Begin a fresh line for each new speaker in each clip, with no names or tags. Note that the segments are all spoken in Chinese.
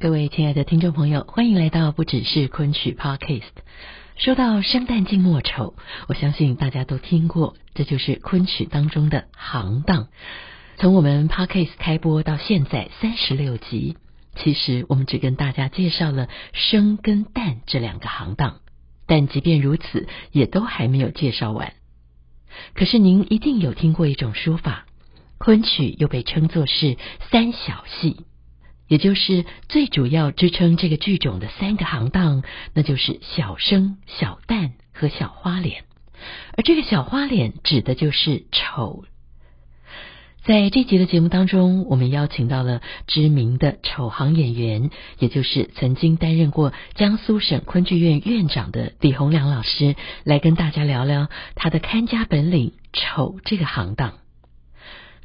各位亲爱的听众朋友，欢迎来到不只是昆曲 Podcast。说到生旦净末丑，我相信大家都听过，这就是昆曲当中的行当。从我们 Podcast 开播到现在三十六集，其实我们只跟大家介绍了生跟旦这两个行当，但即便如此，也都还没有介绍完。可是您一定有听过一种说法，昆曲又被称作是三小戏。也就是最主要支撑这个剧种的三个行当，那就是小生、小旦和小花脸。而这个小花脸指的就是丑。在这集的节目当中，我们邀请到了知名的丑行演员，也就是曾经担任过江苏省昆剧院院长的李洪良老师，来跟大家聊聊他的看家本领——丑这个行当。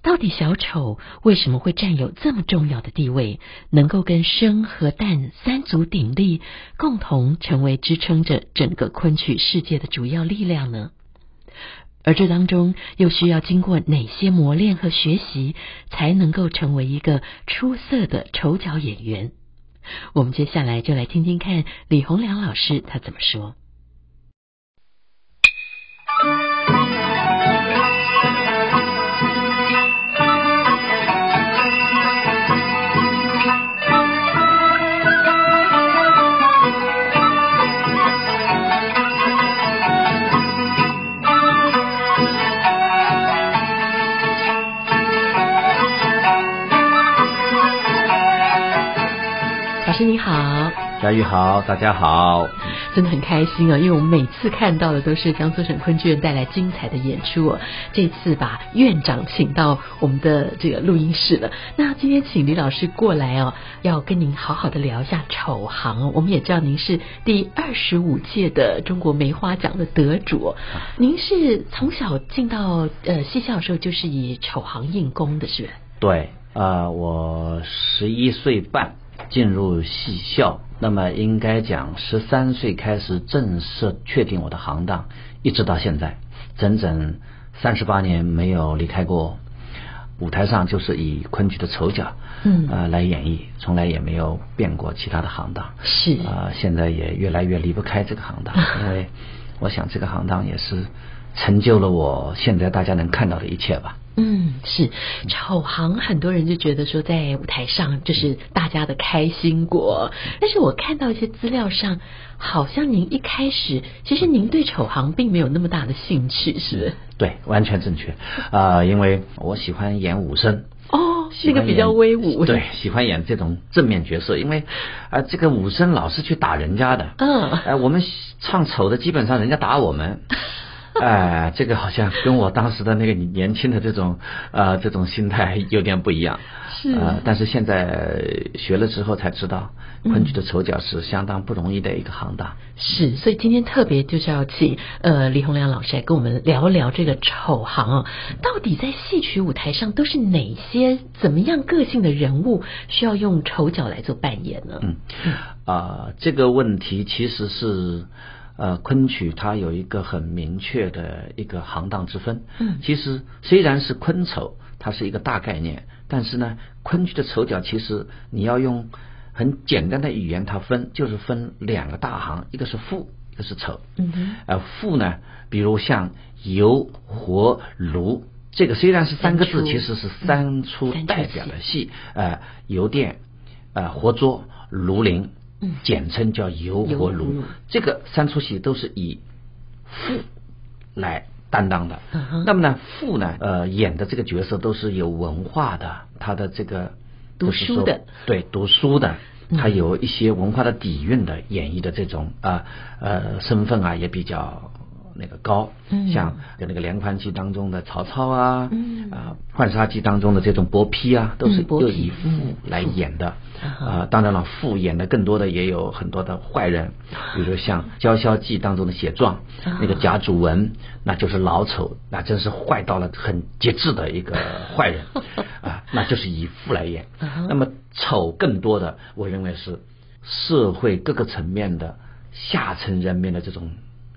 到底小丑为什么会占有这么重要的地位，能够跟生和旦三足鼎立，共同成为支撑着整个昆曲世界的主要力量呢？而这当中又需要经过哪些磨练和学习，才能够成为一个出色的丑角演员？我们接下来就来听听看李洪良老师他怎么说。老师你好，
佳玉好，大家好。
真的很开心啊，因为我们每次看到的都是江苏省昆剧院带来精彩的演出、哦。这次把院长请到我们的这个录音室了。那今天请李老师过来哦，要跟您好好的聊一下丑行哦。我们也知道您是第二十五届的中国梅花奖的得主哦，您是从小进到呃戏校的时候就是以丑行应功的是吧？
对，呃，我十一岁半进入戏校，那么应该讲十三岁开始正式确定我的行当，一直到现在，整整三十八年没有离开过舞台上，就是以昆剧的丑角，
嗯
呃来演绎，从来也没有变过其他的行当。
是
啊、现在也越来越离不开这个 行当，因为我想这个行当也是成就了我现在大家能看到的一切吧。
嗯，是丑行，很多人就觉得说在舞台上就是大家的开心果，但是我看到一些资料上，好像您一开始其实您对丑行并没有那么大的兴趣，是不是？
对，完全正确。啊、因为我喜欢演武生，
哦，
喜
那
欢
个比较
演
威武，
对，，喜欢演这种正面角色，因为啊、这个武生老是去打人家的，
嗯
哎、我们唱丑的基本上人家打 我们。哎、这个好像跟我当时的那个年轻的这种呃这种心态有点不一样，
是
呃，但是现在呃学了之后才知道，昆剧的丑角是相当不容易的一个行当。
是，所以今天特别就是要请呃李洪良老师来跟我们聊一聊这个丑行啊，到底在戏曲舞台上都是哪些怎么样个性的人物需要用丑角来做扮演呢？
嗯，啊、这个问题其实是呃，昆曲它有一个很明确的一个行当之分。
嗯
其实虽然是昆丑，它是一个大概念，但是呢，昆剧的丑角其实你要用很简单的语言，它分就是分两个大行，一个是富，一个是丑。
嗯哼，
呃，富呢，比如像油、火、炉。这个虽然是三个
三
字，
出
其实是
嗯
三出
三出
代表的戏，呃，油电，呃，活捉、炉林
嗯，
简称叫油
油
活
葫芦
炉。这个三出戏都是以父来担当的
嗯哼。
那么呢，父呢，呃，演的这个角色都是有文化的，他的这个
读
就是
书
说
的
对，读书的，
嗯
他有呃一些文化的底蕴的演绎的这种啊呃身份啊，也比较那个高，
嗯
像那个连环计当中的曹操啊，
嗯
啊浣纱记当中的这种伯嚭啊，都是
嗯伯
又
嚭
以父
嗯
来演的，
啊哈
啊，当然了，父演的更多的也有很多的坏人，比如说像《潇潇记》当中的写状，那个贾祖文，那就是老丑，那真是坏到了很极致的一个坏人啊，那就是以父来演
啊哈。
那么丑更多的，我认为是社会各个层面的下层人民的这种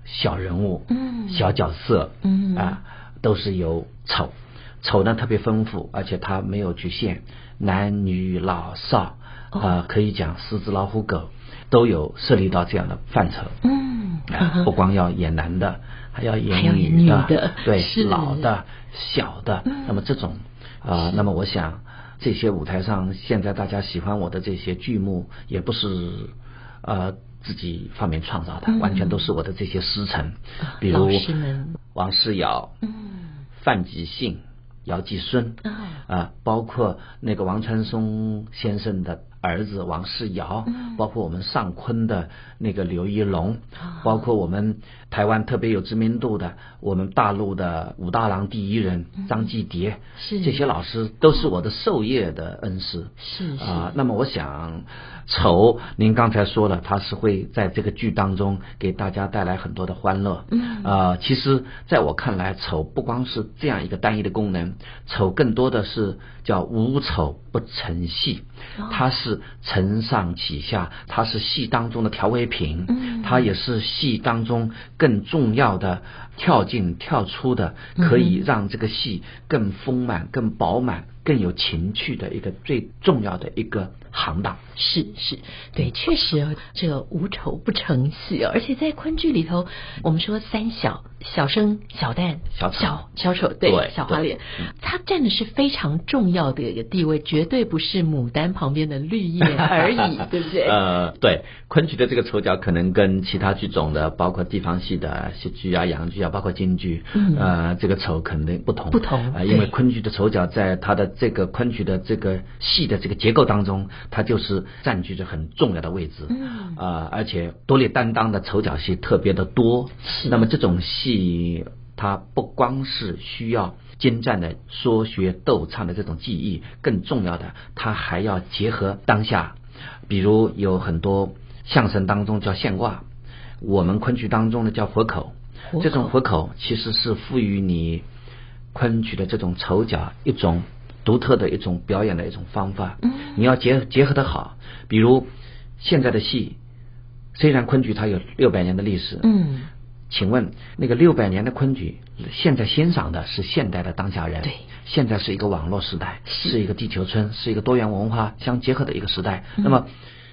小人物、
嗯
小角色，
嗯
啊，都是由丑。丑呢特别丰富，而且它没有局限，男女老少啊、
哦
可以讲狮子、老虎、狗都有涉猎到这样的范畴。
嗯，啊
啊
哈
不光要演男的，还要
还要
演
演
女
女的
对
是，
老的、小的
嗯。
那么这种啊，那么我想，这些舞台上现在大家喜欢我的这些剧目，也不是呃自己发明创造的
嗯，
完全都是我的这些师承
啊，
比如
老师们
王世尧、
嗯
范吉信、姚继孙
啊
啊，包括那个王传松先生的儿子王世尧
嗯，
包括我们上昆的那个刘一龙
啊，
包括我们台湾特别有知名度的我们大陆的武大郎第一人张继蝶，
是
这些老师都是我的授业的恩师。
是是
啊，那么我想，丑，您刚才说了，它是会在这个剧当中给大家带来很多的欢乐。
嗯
啊，其实在我看来，丑不光是这样一个单一的功能，丑更多的是叫无丑不成戏
哦，
它是承上启下，它是戏当中的调味品，
嗯
它也是戏当中更重要的跳进跳出的，
嗯哼
可以让这个戏更丰满、更饱满、更有情趣的一个最重要的一个行当。
是是，对，确实哦这个无丑不成器哦，而且在昆剧里头，我们说三小：小生、小旦、
小丑
小小丑，对，
对
小花
对
脸，它占的是非常重要的一个地位，绝对不是牡丹旁边的绿叶而已，对不对？
呃，对，昆曲的这个丑角可能跟其他剧种的，包括地方戏的戏剧啊、洋剧啊，包括京剧，
嗯
呃，这个丑肯定不同。
不同
呃因
对
为昆剧的丑角在它的这个昆曲的这个戏的这个结构当中，它就是占据着很重要的位置。
嗯
啊、而且多列担当的丑角戏特别的多。
是
那么这种戏，它不光是需要精湛的说学逗唱的这种技艺，更重要的，它还要结合当下。比如有很多相声当中叫现挂，我们昆曲当中呢叫活口。
活口
这种活口其实是赋予你昆曲的这种丑角一种独特的一种表演的一种方法。
嗯
你要结结合的好，比如现在的戏，虽然昆剧它有六百年的历史，
嗯，
请问那个六百年的昆曲，现在欣赏的是现代的当下人，
对
现在是一个网络时代，
是
是一个地球村，是一个多元文化相结合的一个时代。
嗯，
那么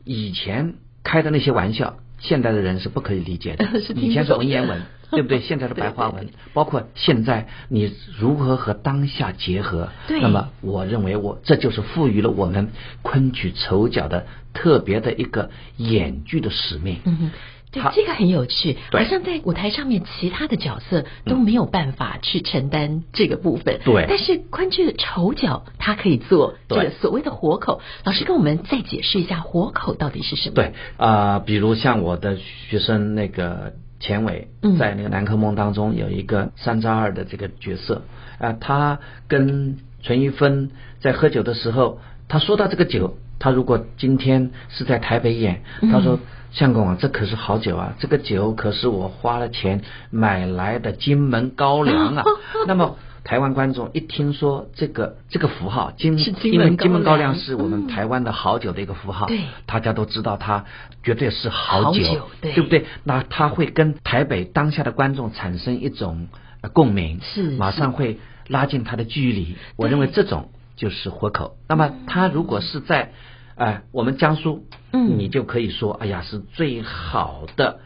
以前开的那些玩笑，现代的人是不可以理解的
是听不懂
以前是文言文
的。
对不对？现在的白话文，包括现在你如何和当下结合，
对
那么我认为我这就是赋予了我们昆曲丑角的特别的一个演剧的使命。
嗯哼，对
他，
这个很有趣，好
对
像在舞台上面其他的角色都没有办法去承担这个部分。
对
但是昆剧的丑角他可以做这个
对
所谓的活口。老师跟我们再解释一下活口到底是什么？
对，啊、比如像我的学生那个钱伟
嗯，
在那个《南柯梦》当中有一个山楂二的这个角色，啊、他跟陈玉芬在喝酒的时候，他说到这个酒，他如果今天是在台北演，他说。
嗯
相公啊，这可是好酒啊！这个酒可是我花了钱买来的金门高粱 啊！那么台湾观众一听说这个这个符号金，
是金
因
门
为金门
高
高
粱
粱是我
嗯
们台湾的好酒的一个符号，
对
大家都知道它绝对是好
好酒对
不对？那它会跟台北当下的观众产生一种呃共鸣，
是
马上会拉近它的距离。我认为这种就是活口。那么它如果是在呃我们江苏，
嗯
你就可以说，哎呀，是最好的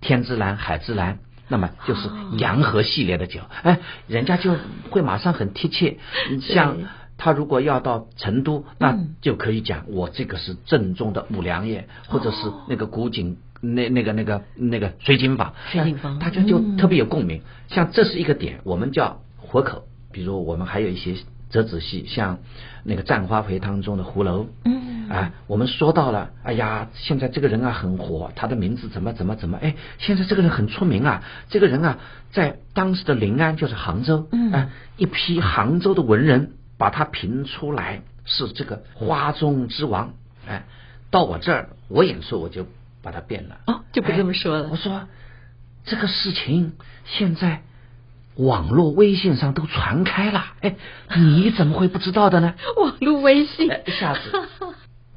天之蓝、海之蓝。那么就是
哦
洋河系列的酒，哎，人家就会马上很贴切。像
对
他如果要到成都，那
嗯
就可以讲我这个是正宗的五粮液，
哦
或者是那个古井。那那个那个那个水井坊，
水井坊
大家就
嗯
特别有共鸣。像这是一个点，我们叫活口。比如我们还有一些折子戏，像那个《战花回》当中的胡楼，
嗯
啊、哎，我们说到了，哎呀，现在这个人啊很火，他的名字怎么怎么怎么，哎，现在这个人很出名啊，这个人啊，在当时的临安就是杭州，
嗯
哎，一批杭州的文人把他评出来是这个花中之王，哎，到我这儿我演出我就把它变了，
哦就不这么说了
哎我说这个事情现在。网络、微信上都传开了，哎，你怎么会不知道的呢？
网络微信
哎一下子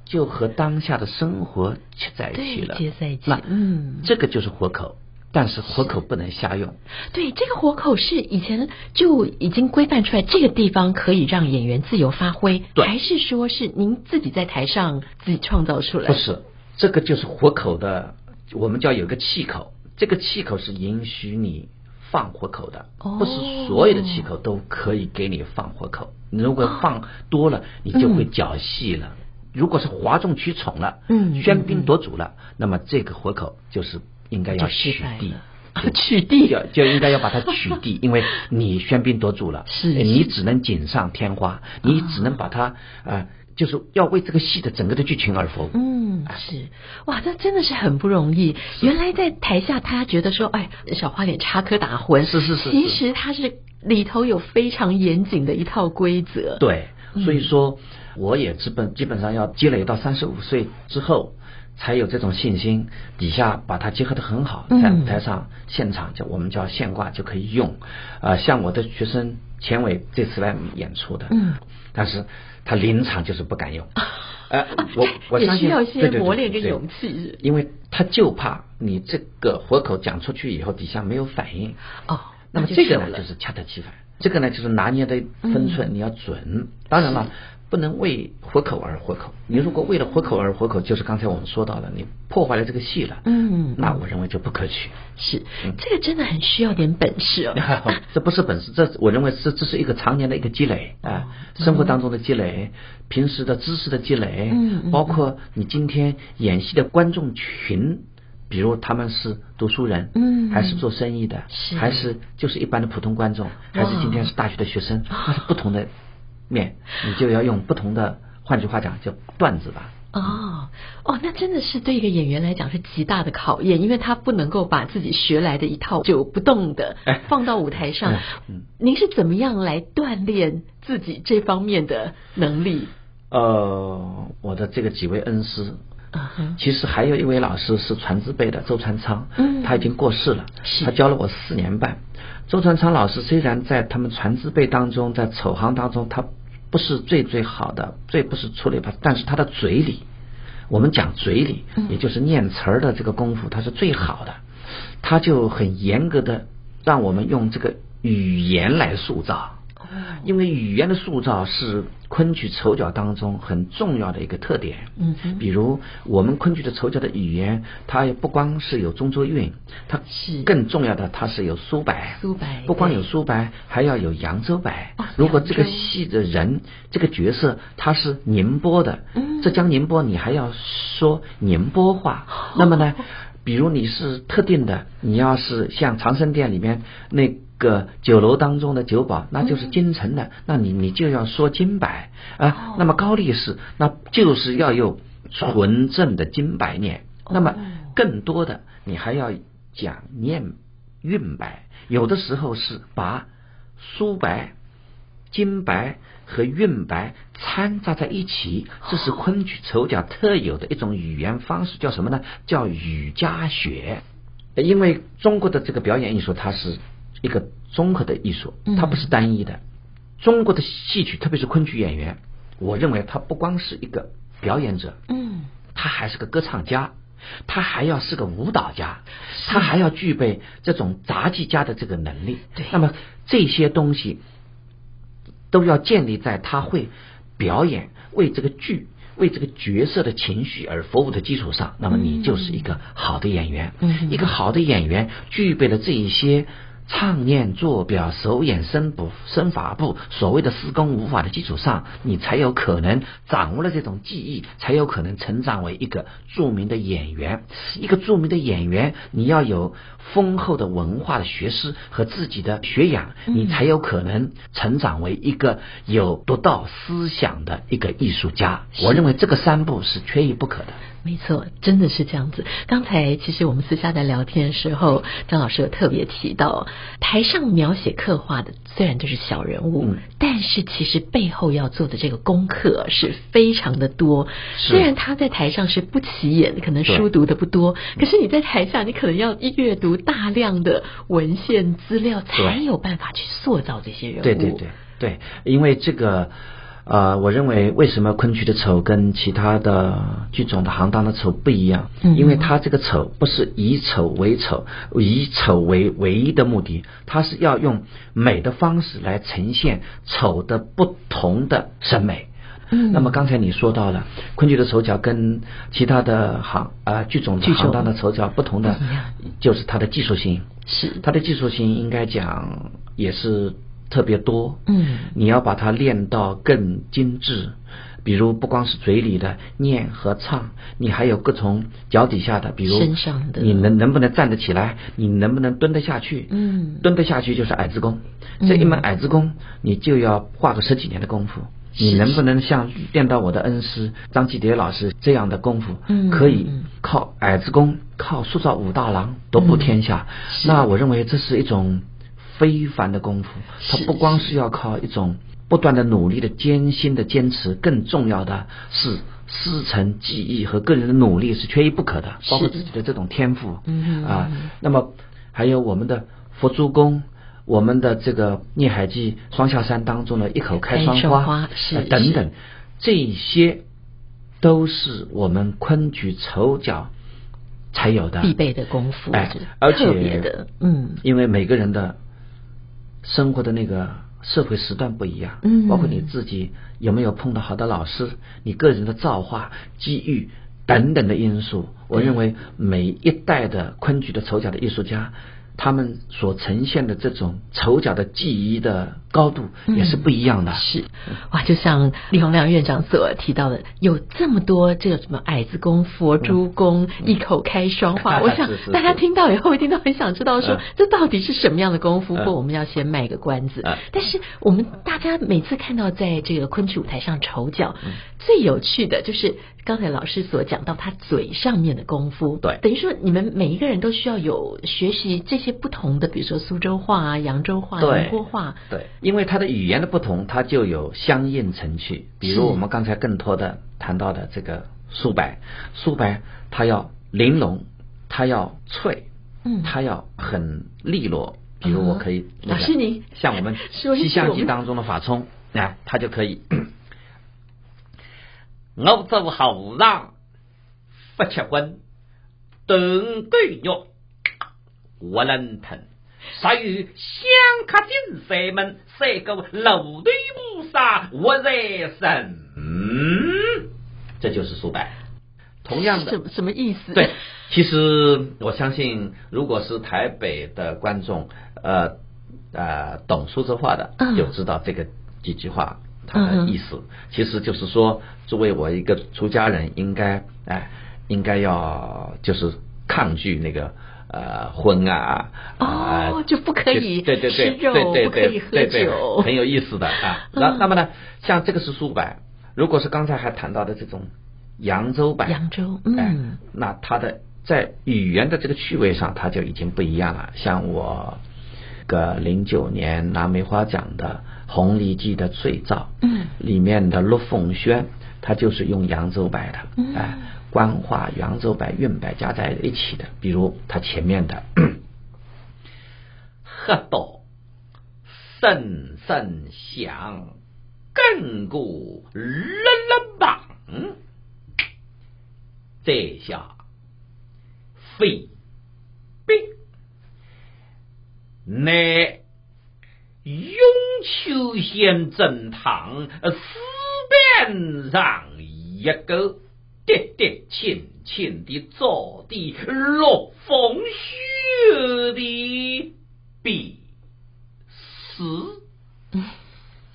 就和当下的生活结在一起了，
对结在一起
那
嗯
这个就是活口，但是活口不能瞎用，
对，这个活口是以前就已经规范出来，这个地方可以让演员自由发挥，
对
还是说是您自己在台上自己创造出来？
不，是这个就是活口的，我们叫有个气口，这个气口是允许你放活口的，
哦
不是所有的气口都可以给你放活口，你如果放多了，你就会搅戏了。如果是哗众取宠了，
嗯
喧宾夺主了，那么这个活口就是应该要
就失
取
败
缔
了。啊取缔
就就应该要把它取缔，因为你喧宾夺主了，
是
哎你只能锦上添花，你只能把它呃，就是要为这个戏的整个的剧情而服务。
嗯，是哇，这真的是很不容易。原来在台下，他觉得说，哎，少花点插科打诨，
是是是是
其实他是里头有非常严谨的一套规则。，
对，
嗯
所以说我也基本基本上要积累到三十五岁之后，才有这种信心，底下把它结合的很好，
嗯
在舞台上、现场就我们叫现挂就可以用。啊，像我的学生钱伟这次来演出的，
嗯，
但是他临场就是不敢 用。呃，我我
也
相信
需要一些
对对对
磨练跟
对
勇气
因为他就怕你这个活口讲出去以后，底下没有反应。
哦，
那么
就
这个
糗
呢，
了嗯
就是恰到其反。这个呢，就是拿捏的分寸，你要准。当然了，不能为活口而活口。你如果为了活口而活口，就是刚才我们说到的，你破坏了这个戏了。
嗯
那嗯我认为就不可取。
是这个真的很需要点本事哦。
这不是本事，这我认为是这是一个常年的一个积累
哦
啊，生活当中的积累，平时的知识的积累
嗯嗯，
包括你今天演戏的观众群，比如他们是读书人，
嗯
还是做生意的，
是
还是就是一般的普通观众，还是今天是大学的学 生，那是不同的面，你就要用不同的，换句话讲叫段子吧。
哦哦，那真的是对一个演员来讲是极大的考验，因为他不能够把自己学来的一套就不动的
哎
放到舞台上
哎。嗯
您是怎么样来锻炼自己这方面的能力？
呃，我的这个几位恩师，
啊哈
其实还有一位老师是传字辈的周传昌，
嗯
他已经过世了
是，
他教了我四年半。周传昌老师虽然在他们传字辈当中，在丑行当中，他不是最最好的，最不是出类拔，但是他的嘴里，我们讲嘴里，
嗯
也就是念词儿的这个功夫，他是最好的。他就很严格的让我们用这个语言来塑造。
哦
因为语言的塑造是昆曲丑角当中很重要的一个特点。
嗯哼
比如我们昆曲的丑角的语言，它也不光是有中州韵，它
是
更重要的，它是有苏白。
苏白
不光有
对
苏白，还要有扬州白。
哦
如果这个
扬州
戏的人，这个角色他是宁波的，
嗯
浙江宁波，你还要说宁波话。
哦
那么呢，比如你是特定的，你要是像长生殿里面那个酒楼当中的酒保，那
嗯
就是京城的，那你你就要说京白啊。
哦
那么高力士，那就是要有纯正的京白念。那么
哦
更多的，你还要讲念韵白，有的时候是把苏白、金白和韵白掺杂在一起，这是昆曲丑角特有的一种语言方式，叫什么呢？叫语家学。呃因为中国的这个表演艺术，它是一个综合的艺术
嗯，
它不是单一的。中国的戏曲，特别是昆曲演员，我认为他不光是一个表演者，
嗯，
他还是个歌唱家，他还要是个舞蹈家，他还要具备这种杂技家的这个能力。
对
那么这些东西都要建立在他会表演为这个剧。为这个角色的情绪而服务的基础上，那么你就是一个好的演员。
嗯
一个好的演员具备了这一些唱念做表、手眼身不身法部所谓的四功五法的基础上，你才有可能掌握了这种技艺，才有可能成长为一个著名的演员。一个著名的演员，你要有丰厚的文化的学识和自己的学养，
嗯
你才有可能成长为一个有独到思想的一个艺术家。
是
我认为这个三步是缺一不可的。
没错，真的是这样子。刚才其实我们私下在聊天的时候，张老师有特别提到，台上描写刻画的虽然都是小人物，
嗯
但是其实背后要做的这个功课是非常的多。
是
虽然他在台上是不起眼，可能
对嗯
书读的不多，可是你在台下，你可能要阅读大量的文献资料，才
对
有办法去塑造这些人物。
对对对对，因为这个，呃，我认为为什么昆曲的丑跟其他的剧种的行当的丑不一样？
嗯
因为它这个丑不是以丑为丑，以丑为唯一的目的，它是要用美的方式来呈现丑的不同的审美。
嗯
那么刚才你说到了昆剧的丑角跟其他的行啊、剧种的
剧种
行当的丑角不同的
不一样，
就是它的技术性。
是，
它的技术性应该讲也是特别多。
嗯
你要把它练到更精致，比如不光是嘴里的念和唱，你还有各种脚底下的，比如
身上的
你能能不能站得起来，你能不能蹲得下去？
嗯
蹲得下去就是矮子功。
嗯
这一门矮子功，你就要花个十几年的功夫。
是
你能不能像练到我的恩师张继蝶老师这样的功夫，
嗯
可以
嗯
靠矮子功，靠塑造武大郎独步
嗯
天下？
是
那我认为这是一种非凡的功夫，它
是
不光是要靠一种不断的努力的艰辛的坚持，更重要的是师承技艺和个人的努力是缺一不可的，包括
是
自己的这种天赋。
嗯哼
啊，那么还有我们的佛珠功。我们的这个《聂海记》双下山当中的一口开
开
双
双
花，
花是
呃等
是
等，这些都是我们昆曲丑角才有的
必备的功夫，
哎
是
而
特
且
别的，嗯。
因为每个人的生活的那个社会时段不一样，
嗯
包括你自己有没有碰到好的老师，你个人的造化、机遇等等的因素，我认为每一代的昆曲的丑角的艺术家。他们所呈现的这种丑角的技艺的高度也是不一样的，
嗯是，哇，就像李洪亮院长所提到的，有这么多这个什么矮子功、佛珠功、一口开双 话，我想
嗯是是
大家
是
听到以后一定都很想知道说
嗯，
这到底是什么样的功夫？
嗯
不，我们要先卖个关子
嗯。
但是我们大家每次看到在这个昆曲舞台上丑角，
嗯
最有趣的就是刚才老师所讲到他嘴上面的功夫，
对
等于说你们每一个人都需要有学习这些不同的，比如说苏州话啊、扬州话、
对
宁波话，
对，因为它的语言的不同，它就有相应程序。比
是
如我们刚才更多的谈到的这个苏白，苏白它要玲珑，它要脆，
嗯
它要很利落。比如我可以，
嗯老师您
像我们
说
《
一
西
说
厢
我
记》
们
当中的法冲，哎，他就可以。 我做后生不吃荤，炖鸡肉我能吞。谁与相克进西门，谁个楼对不杀我在身。嗯，这就是苏白。同样的
什，么什么意思？
对，其实我相信，如果是台北的观众，呃呃，懂苏州话的
嗯，
就知道这个几句话它的意思。其实就是说，作为我一个出家人，应该哎，应该要就是抗拒那个。呃，荤啊，
哦
啊
就不可以
对对对，
吃肉
对对
不可以
对
喝
对对
酒
很有意思的啊。
嗯
那那么呢，像这个是苏白，如果是刚才还谈到的这种扬州版，
扬州
哎
嗯，
那它的在语言的这个趣味上，它就已经不一样了。像我个零九年拿梅花奖的《红梨记》的最早，
嗯
里面的陆凤轩，他就是用扬州白的，
嗯
哎，官话、扬州白、韵白加在一起的。比如他前面的 喝斗甚甚响，亘古人人榜。在嗯下非必乃永秋县正堂四边上一个跌跌亲亲的坐地落风雪的必死。
嗯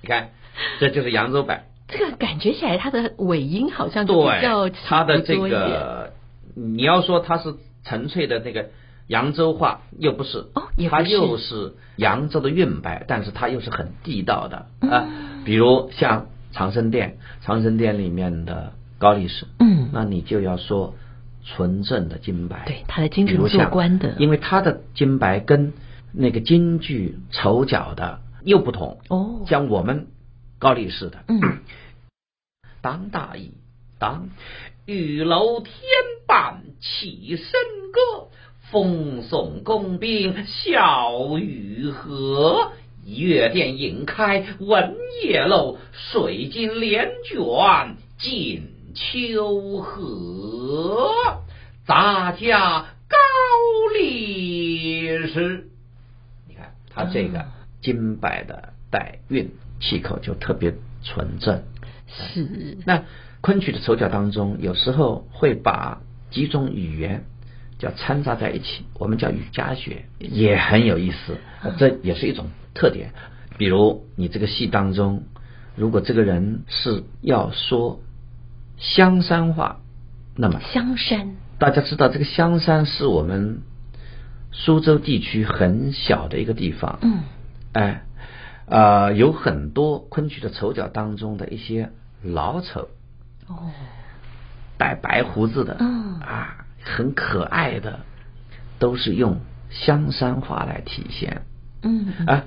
你看，这就是扬州版。
这个感觉起来，它的尾音好像就比较
对
起，
他的
伏
这
多一点
个，你要说他是纯粹的那个扬州话，又不是，
哦也不
他
是
又是扬州的韵白，但是他又是很地道的
嗯
啊。比如像长生殿，长生殿里面的高力士，
嗯
那你就要说纯正的金白，
对他的京城
比如
做
像
官的
因为他的金白跟那个京剧丑角的又不同，
哦，
像我们高力士的，
嗯，
当大义，当玉楼天板起身歌，风送工兵笑雨和。月殿影开闻夜漏，水晶帘卷锦秋河。杂家高力士，你看他这个金白的带韵，气口就特别纯正。
是
那昆曲的手脚当中，有时候会把几种语言叫掺杂在一起，我们叫语家学，也很有意思，
啊
呃这也是一种特点。比如你这个戏当中，如果这个人是要说香山话，那么
香山，
大家知道，这个香山是我们苏州地区很小的一个地方，
嗯，
哎，呃，有很多昆曲的丑角当中的一些老丑，
哦，
戴白胡子的，
嗯
啊，很可爱的，都是用香山话来体现。
嗯，嗯
啊，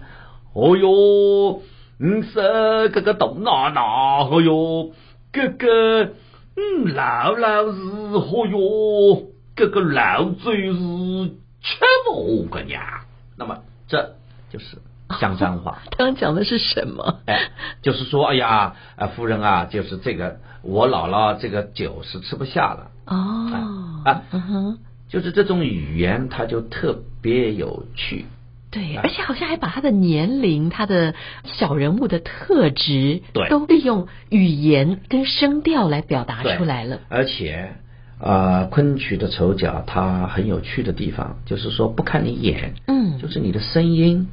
哦哟，嗯是这个董娜娜，哦哟，这个嗯老老是，哦哟，这个老嘴是吃我个呀。那么这就是香山话。
刚刚讲的是什么？
哎，就是说，哎呀，啊，夫人啊，就是这个，我姥姥这个酒是吃不下了，
哦，
啊
嗯哼，
就是这种语言，它就特别有趣。
对，
哎
而且好像还把他的年龄、他的小人物的特质，
对
都利用语言跟声调来表达
对
出来了。
而且，呃，昆曲的丑角它很有趣的地方，就是说不看你演，
嗯
就是你的声音、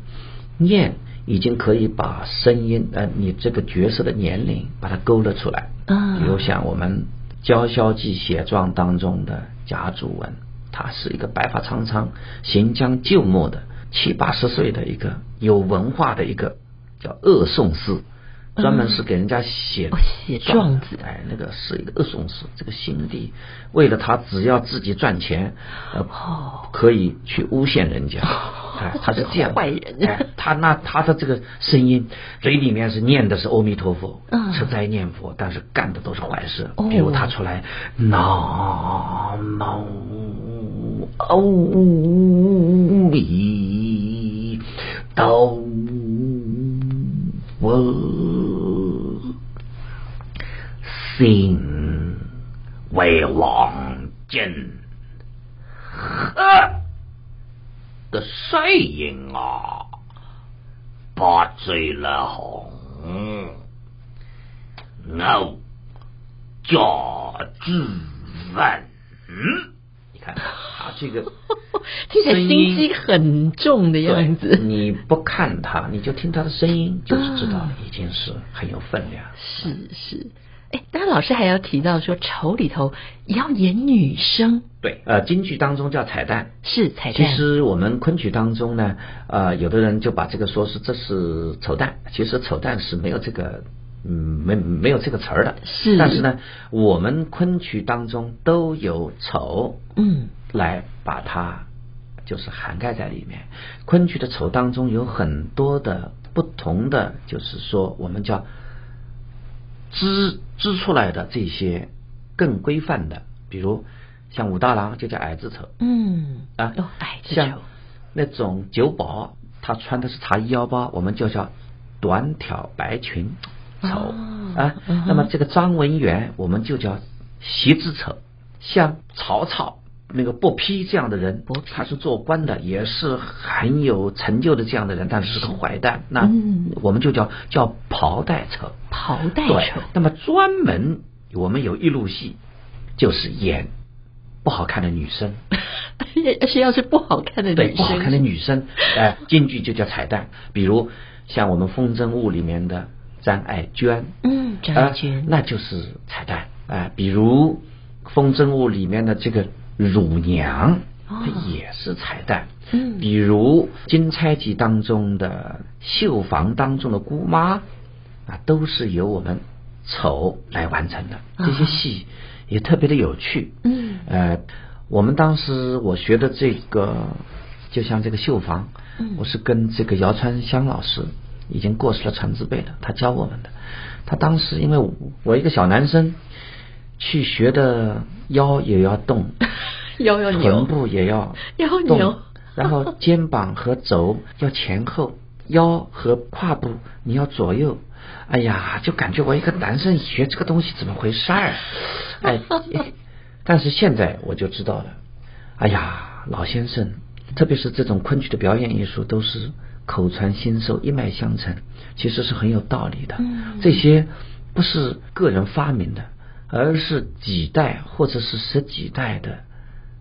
念已经可以把声音，呃，你这个角色的年龄把它勾勒出来。
啊
比如像我们《娇萧记》写状当中的贾祖文，他是一个白发苍苍、行将就木的七八十岁的一个有文化的一个叫恶宋诗，专门是给人家写
嗯哦写状
状
子
哎，那个是一个恶宋诗，这个心地为了他只要自己赚钱，呃，
哦
可以去诬陷人 家，哎，他是这样
坏人
哎，他那他的这个声音，嘴里面是念的是阿弥陀佛，
嗯
是在念佛，但是干的都是坏事
哦，
比如他出来nam 哦里哆我心为王见呵的声音啊，把嘴了红，我叫自问。你看他这 个
听起来
声
心
音
机很重的样
对
子。
你不看他，你就听他的声音，就是知道
啊
已经是很有分量。
是是，哎，当然老师还要提到说，丑里头也要演女生，
对，呃，京剧当中叫彩蛋，
是彩
其
蛋。
实我们昆曲当中呢，呃，有的人就把这个说是这是丑蛋，其实丑蛋是没有这个，嗯，没没有这个词儿的。
是
但是呢，我们昆曲当中都有丑
嗯，
来把它就是涵盖在里面。昆曲的丑当中有很多的不同的，就是说我们叫织织出来的这些更规范的，比如像武大郎就叫矮子丑。
嗯
啊，
哦，矮子
像
丑，
那种酒保，他穿的是茶衣腰包，我们就叫短挑白裙丑
哦
啊
嗯哼。
那么这个张文元，我们就叫席子丑，像曹操。那个薄披这样的人
薄披，
他是做官的，也是很有成就的这样的人，但是是个坏蛋。那
嗯
我们就叫叫袍带丑。
袍带
对
丑，，
那么专门我们有一路戏，就是演不好看的女生，
是是要是不好看的
对
女
不好看的
生，
女生，哎、京剧就叫彩蛋。比如像我们《风筝误》里面的张爱娟，
嗯，张
啊，
爱娟，
那就是彩蛋啊、比如《风筝误》里面的这个乳娘，
哦
它也是彩蛋。
嗯
比如《金钗记》当中的绣房当中的姑妈啊，都是由我们丑来完成的。这些
啊
戏也特别的有趣。
嗯
呃，我们当时我学的这个，就像这个绣房，
嗯
我是跟这个姚传香老师，已经过世了传字辈了，他教我们的。他当时因为我我一个小男生，去学的腰也要动，
要要
臀
扭，
部也要
要
动
扭，
然后肩膀和肘要前后，腰和胯部你要左右。哎呀，就感觉我一个男生学这个东西怎么回事儿？哎， 但是现在我就知道了。哎呀，老先生，特别是这种昆曲的表演艺术，都是口传心授，一脉相承，其实是很有道理的。
嗯
这些不是个人发明的，而是几代或者是十几代的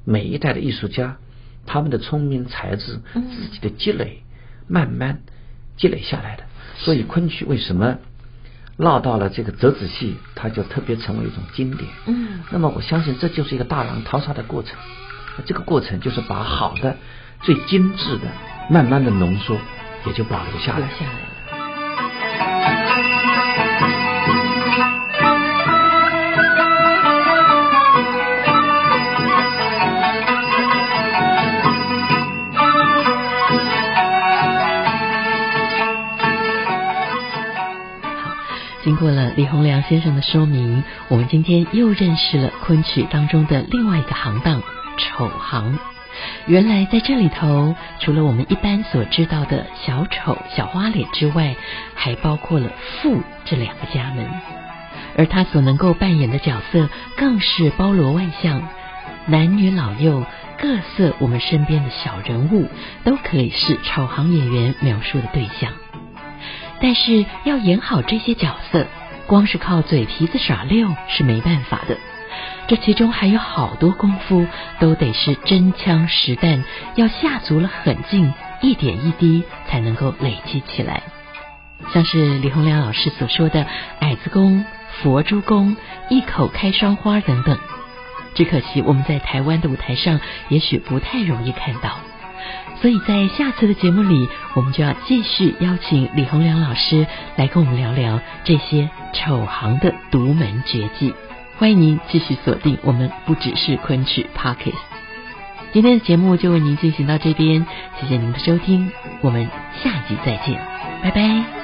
每一代的艺术家，他们的聪明才智、
嗯
自己的积累，慢慢积累下来的。所以昆曲为什么落到了这个折子戏，它就特别成为一种经典。
嗯
那么我相信这就是一个大浪淘沙的过程，这个过程就是把好的、最精致的，慢慢的浓缩，也就保留下
留
来。
下来了。经过了李洪良先生的说明，我们今天又认识了昆曲当中的另外一个行当——丑行。原来在这里头，除了我们一般所知道的小丑、小花脸之外，还包括了富这两个家门。而他所能够扮演的角色更是包罗万象，男女老幼各色，我们身边的小人物都可以是丑行演员描述的对象。但是要演好这些角色，光是靠嘴皮子耍溜是没办法的。这其中还有好多功夫，都得是真枪实弹，要下足了狠劲，一点一滴才能够累积起来。像是李洪良老师所说的矮子功、佛珠功、一口开双花等等，只可惜我们在台湾的舞台上也许不太容易看到。所以在下次的节目里，我们就要继续邀请李洪良老师来跟我们聊聊这些丑行的独门绝技。欢迎您继续锁定我们不只是昆曲 Pockets。今天的节目就为您进行到这边，谢谢您的收听，我们下集再见，拜拜。